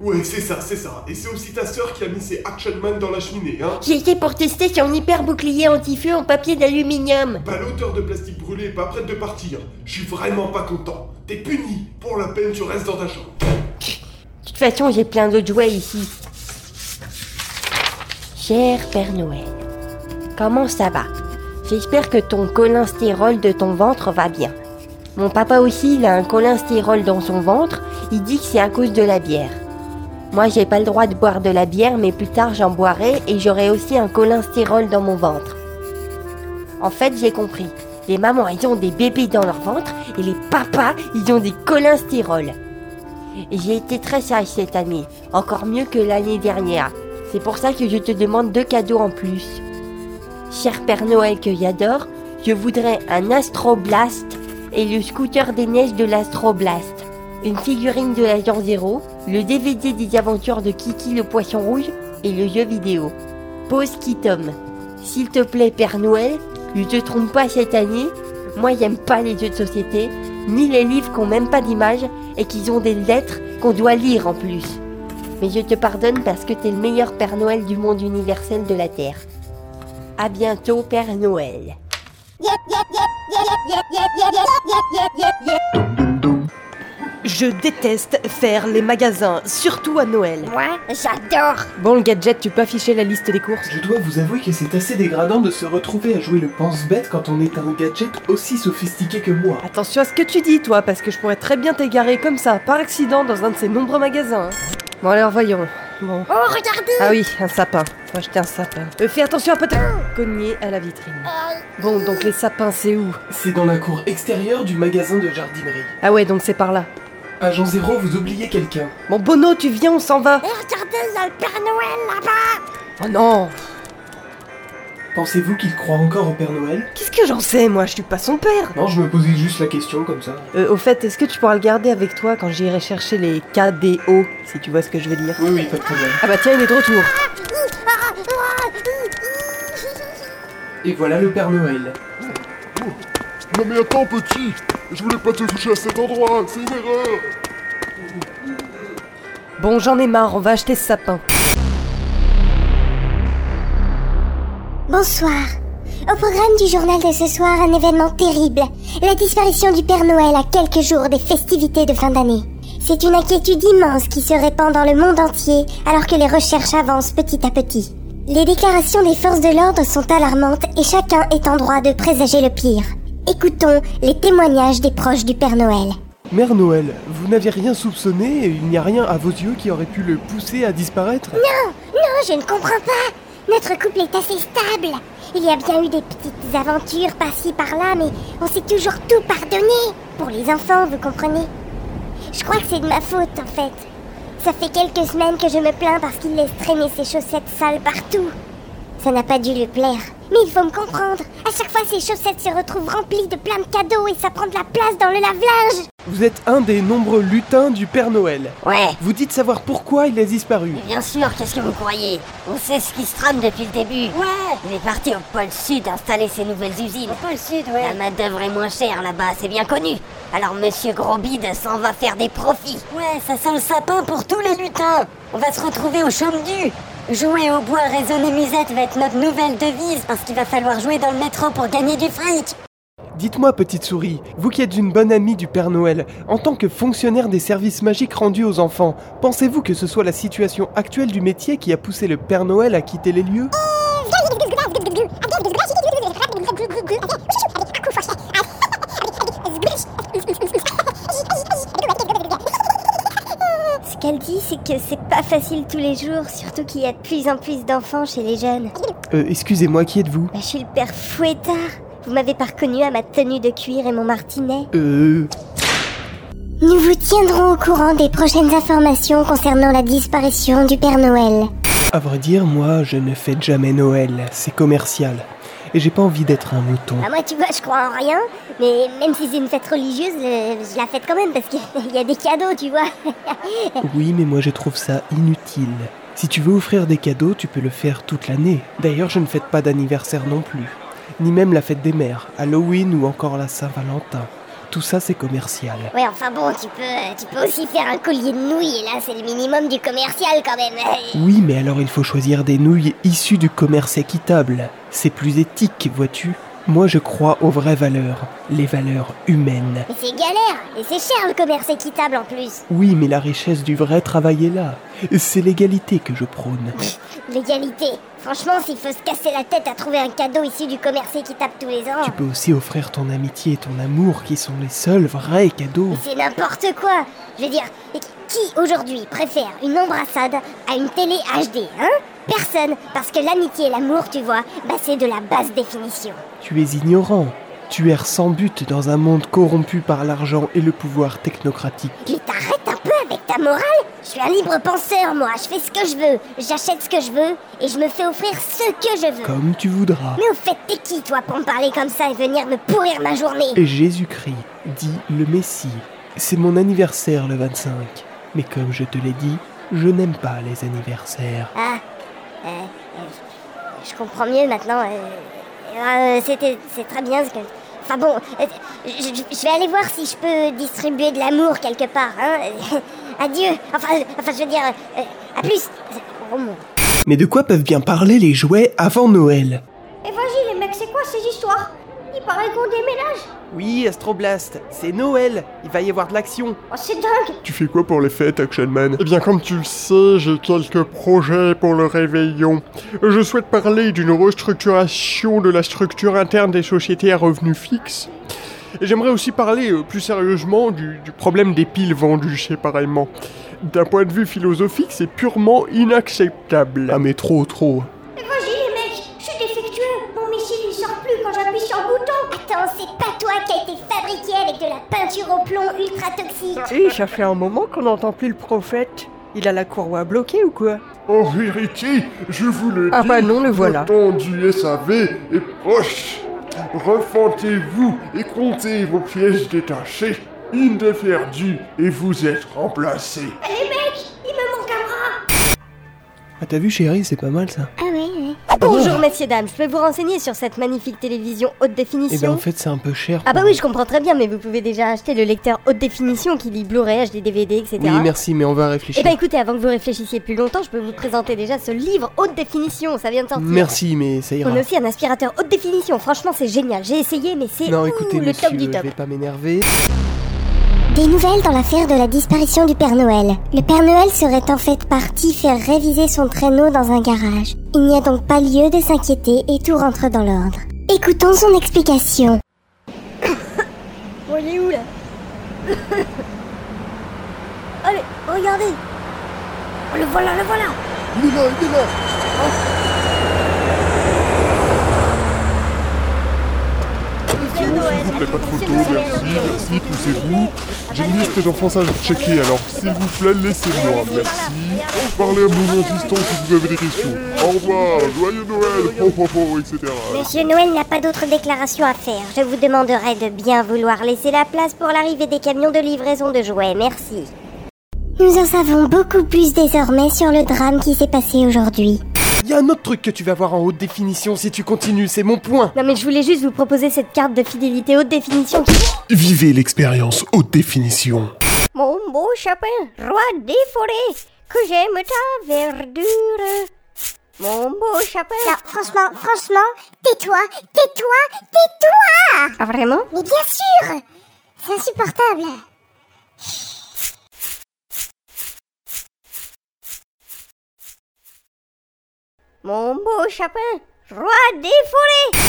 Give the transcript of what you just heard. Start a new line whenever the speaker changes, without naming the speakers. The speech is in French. Ouais, c'est ça, c'est ça. Et c'est aussi ta sœur qui a mis ses Action Man dans la cheminée, hein
J'y étais pour tester son hyper bouclier anti-feu en papier d'aluminium.
Bah l'auteur de plastique brûlé est pas prête de partir. Je suis vraiment pas content. T'es puni. Pour la peine, tu restes dans ta chambre.
De toute façon, j'ai plein d'autres jouets ici. Cher Père Noël, comment ça va J'espère que ton cholestérol de ton ventre va bien. Mon papa aussi, il a un cholestérol dans son ventre. Il dit que c'est à cause de la bière. Moi, j'ai pas le droit de boire de la bière, mais plus tard, j'en boirai et j'aurai aussi un cholestérol dans mon ventre. En fait, j'ai compris. Les mamans, ils ont des bébés dans leur ventre et les papas, ils ont des cholestérols. J'ai été très sage cette année, encore mieux que l'année dernière. C'est pour ça que je te demande deux cadeaux en plus. Cher Père Noël que j'adore, je voudrais un Astroblast et le scooter des neiges de l'Astroblast, une figurine de l'Agent Zéro, le DVD des aventures de Kiki le Poisson Rouge et le jeu vidéo. Pose Kitom. S'il te plaît, Père Noël, ne te trompe pas cette année. Moi, j'aime pas les jeux de société, ni les livres qui n'ont même pas d'image et qui ont des lettres qu'on doit lire en plus. Mais je te pardonne parce que t'es le meilleur Père Noël du monde universel de la Terre. À bientôt, Père Noël.
Je déteste faire les magasins, surtout à Noël.
Moi, j'adore
Bon, le gadget, tu peux afficher la liste des courses
Je dois vous avouer que c'est assez dégradant de se retrouver à jouer le pense-bête quand on est un gadget aussi sophistiqué que moi.
Attention à ce que tu dis, toi, parce que je pourrais très bien t'égarer comme ça, par accident, dans un de ces nombreux magasins. Bon, alors voyons. Bon.
Oh, regardez
Ah oui, un sapin. Faut acheter un sapin. Euh, fais attention à pas te cogner à la vitrine.
Euh.
Bon, donc les sapins, c'est où
C'est dans la cour extérieure du magasin de jardinerie.
Ah ouais, donc c'est par là.
Agent Zéro, vous oubliez quelqu'un.
Bon, Bono, tu viens, on s'en va.
Et regardez, il y a le Père Noël là-bas
Oh non
Pensez-vous qu'il croit encore au Père Noël
Qu'est-ce que j'en sais, moi Je suis pas son père.
Non, je me posais juste la question comme ça.
Euh, au fait, est-ce que tu pourras le garder avec toi quand j'irai chercher les KDO, si tu vois ce que je veux dire
Oui, oui, pas de problème.
Ah bah tiens, il est de retour.
Et voilà le Père Noël.
Non mais attends petit, je voulais pas te toucher à cet endroit, c'est une erreur.
Bon, j'en ai marre, on va acheter ce sapin.
Bonsoir. Au programme du journal de ce soir, un événement terrible. La disparition du Père Noël à quelques jours des festivités de fin d'année. C'est une inquiétude immense qui se répand dans le monde entier alors que les recherches avancent petit à petit. Les déclarations des forces de l'ordre sont alarmantes et chacun est en droit de présager le pire. Écoutons les témoignages des proches du Père Noël.
Mère Noël, vous n'aviez rien soupçonné et il n'y a rien à vos yeux qui aurait pu le pousser à disparaître
Non, je ne comprends pas. Notre couple est assez stable. Il y a bien eu des petites aventures par-ci par-là, mais on s'est toujours tout pardonné. Pour les enfants, vous comprenez. Je crois que c'est de ma faute, en fait. Ça fait quelques semaines que je me plains parce qu'il laisse traîner ses chaussettes sales partout. Ça n'a pas dû lui plaire. Mais il faut me comprendre. À chaque fois, ses chaussettes se retrouvent remplies de plein de cadeaux et ça prend de la place dans le lave-linge.
Vous êtes un des nombreux lutins du Père Noël.
Ouais,
Vous dites savoir pourquoi il a disparu.
mais bien sûr, qu'est-ce que vous croyez On sait ce qui se trame depuis le début.
Ouais.
Il est parti au pôle sud installer ses nouvelles usines.
Pôle Sud,
La main-d'œuvre est moins chère là-bas, c'est bien connu. Alors Monsieur Gros Bide s'en va faire des profits.
Ouais, ça sent le sapin pour tous les lutins. On va se retrouver au chaume nu. Jouer au bois, raisonner musette va être notre nouvelle devise parce qu'il va falloir jouer dans le métro pour gagner du fric.
Dites-moi, petite souris, vous qui êtes une bonne amie du Père Noël, en tant que fonctionnaire des services magiques rendus aux enfants, pensez-vous que ce soit la situation actuelle du métier qui a poussé le Père Noël à quitter les lieux
Ce qu'elle dit, c'est que c'est pas facile tous les jours, surtout qu'il y a de plus en plus d'enfants chez les jeunes.
Euh, excusez-moi, qui êtes-vous
Bah, je suis le père Fouettard. Vous m'avez pas reconnu à ma tenue de cuir et mon martinet.
Euh...
Nous vous tiendrons au courant des prochaines informations concernant la disparition du Père Noël.
À vrai dire, moi, je ne fête jamais Noël, c'est commercial. Et j'ai pas envie d'être un mouton.
Bah, moi, tu vois, je crois en rien, mais même si c'est une fête religieuse, euh, je la fête quand même parce qu'il y a des cadeaux, tu vois.
Oui, mais moi je trouve ça inutile. Si tu veux offrir des cadeaux, tu peux le faire toute l'année. D'ailleurs, je ne fête pas d'anniversaire non plus. Ni même la fête des mères, Halloween ou encore la Saint-Valentin. tout ça c'est commercial.
Ouais, enfin bon, tu peux, euh, tu peux aussi faire un collier de nouilles, et là, c'est le minimum du commercial quand même.
Oui, mais alors il faut choisir des nouilles issues du commerce équitable. C'est plus éthique, vois-tu. Moi je crois aux vraies valeurs, les valeurs humaines.
Mais c'est galère Et c'est cher le commerce équitable en plus
Oui, mais la richesse du vrai travail est là. C'est l'égalité que je prône.
L'égalité Franchement, s'il faut se casser la tête à trouver un cadeau issu du commerce équitable tous les ans,
Tu peux aussi offrir ton amitié et ton amour qui sont les seuls vrais cadeaux.
c'est n'importe quoi Je veux dire, qui aujourd'hui préfère une embrassade à une télé HD, hein Personne Parce que l'amitié et l'amour, tu vois, bah c'est de la basse définition.
Tu es ignorant. Tu erres sans but dans un monde corrompu par l'argent et le pouvoir technocratique.
Mais t'arrêtes un peu avec ta morale Je suis un libre penseur, moi, je fais ce que je veux, j'achète ce que je veux, et je me fais offrir ce que je veux.
Comme tu voudras.
Mais au fait, t'es qui, toi, pour me parler comme ça et venir me pourrir ma journée
Jésus-Christ, dit le Messie. C'est mon anniversaire le 25. Mais comme je te l'ai dit, je n'aime pas les anniversaires.
Ah, euh, euh, je comprends mieux maintenant. euh, euh, c'était, c'est très bien ce que. Enfin bon, euh, je, je- je vais aller voir si je peux distribuer de l'amour quelque part. Hein. Adieu. Enfin, euh, enfin, je veux dire, euh, euh, à plus. Oh mon
Mais de quoi peuvent bien parler les jouets avant Noël
Et Eh, vas-y les mecs, c'est quoi ces histoires Il paraît qu'on déménage
Oui, Astroblast, c'est Noël. Il va y avoir de l'action.
Oh c'est dingue
Tu fais quoi pour les fêtes, Action Man
Eh bien, comme tu le sais, j'ai quelques projets pour le réveillon. Je souhaite parler d'une restructuration de la structure interne des sociétés à revenus fixes. Et j'aimerais aussi parler euh, plus sérieusement du, du problème des piles vendues séparément. D'un point de vue philosophique, c'est purement inacceptable.
Ah mais trop, trop.
Et Eh, vas-y les mecs, je suis défectueux Mon missile il sort plus quand j'appuie sur le bouton
Attends, c'est pas toi qui a été fabriqué avec de la peinture au plomb ultra toxique.
Et Eh, ça fait un moment qu'on n'entend plus le prophète. Il a la courroie bloquée ou quoi
En vérité, je vous le
Ah
dis,
bah non, le voilà.
Le temps du SAV est proche. Refentez-vous et comptez vos pièces détachées. Une est perdue et vous êtes remplacés.
Eh, Les mecs, il me manque un bras
Ah, t'as vu, chérie, c'est pas mal ça.
Ah oui, oui.
Bonjour, messieurs, dames, je peux vous renseigner sur cette magnifique télévision haute
Eh ben,
définition
en fait, c'est un peu cher.
Ah bah oui, je comprends très bien, mais vous pouvez déjà acheter le lecteur haute définition qui lit Blu-ray, HD, DVD, etc.
Oui, merci, mais on va réfléchir.
Eh ben écoutez, avant que vous réfléchissiez plus longtemps, je peux vous présenter déjà ce livre haute définition, ça vient de sortir.
Merci, mais ça ira.
On a aussi un aspirateur haute définition, franchement c'est génial, j'ai essayé mais c'est
Non,
ouh,
écoutez,
le
monsieur,
top du
je
top.
vais pas m'énerver.
Des nouvelles dans l'affaire de la disparition du Père Noël. Le Père Noël serait en fait parti faire réviser son traîneau dans un garage. Il n'y a donc pas lieu de s'inquiéter et tout rentre dans l'ordre. Écoutons son explication.
Bon, il est où là Allez, regardez Oh, Le voilà, le voilà
Il est là, il est là S'il vous plaît, pas trop tôt, merci, merci, poussez-vous. J'ai une liste d'enfants à checker, alors s'il vous plaît, laissez-moi, merci. Parlez à mon assistant si vous avez des questions. Au revoir, joyeux Noël, ho ho ho, etc.
Monsieur Noël n'a pas d'autres déclarations à faire. Je vous demanderai de bien vouloir laisser la place pour l'arrivée des camions de livraison de jouets. Merci. Nous en savons beaucoup plus désormais sur le drame qui s'est passé aujourd'hui.
Il y a un autre truc que tu vas voir en haute définition si tu continues, c'est mon point.
Non mais je voulais juste vous proposer cette carte de fidélité haute définition qui...
Vivez l'expérience haute définition.
Mon beau chapin, roi des forêts, que j'aime ta verdure. Mon beau chapin.
franchement, franchement, tais-toi, tais-toi, tais-toi
Ah, vraiment
Mais bien sûr C'est insupportable
Mon beau chapin, roi des forêts.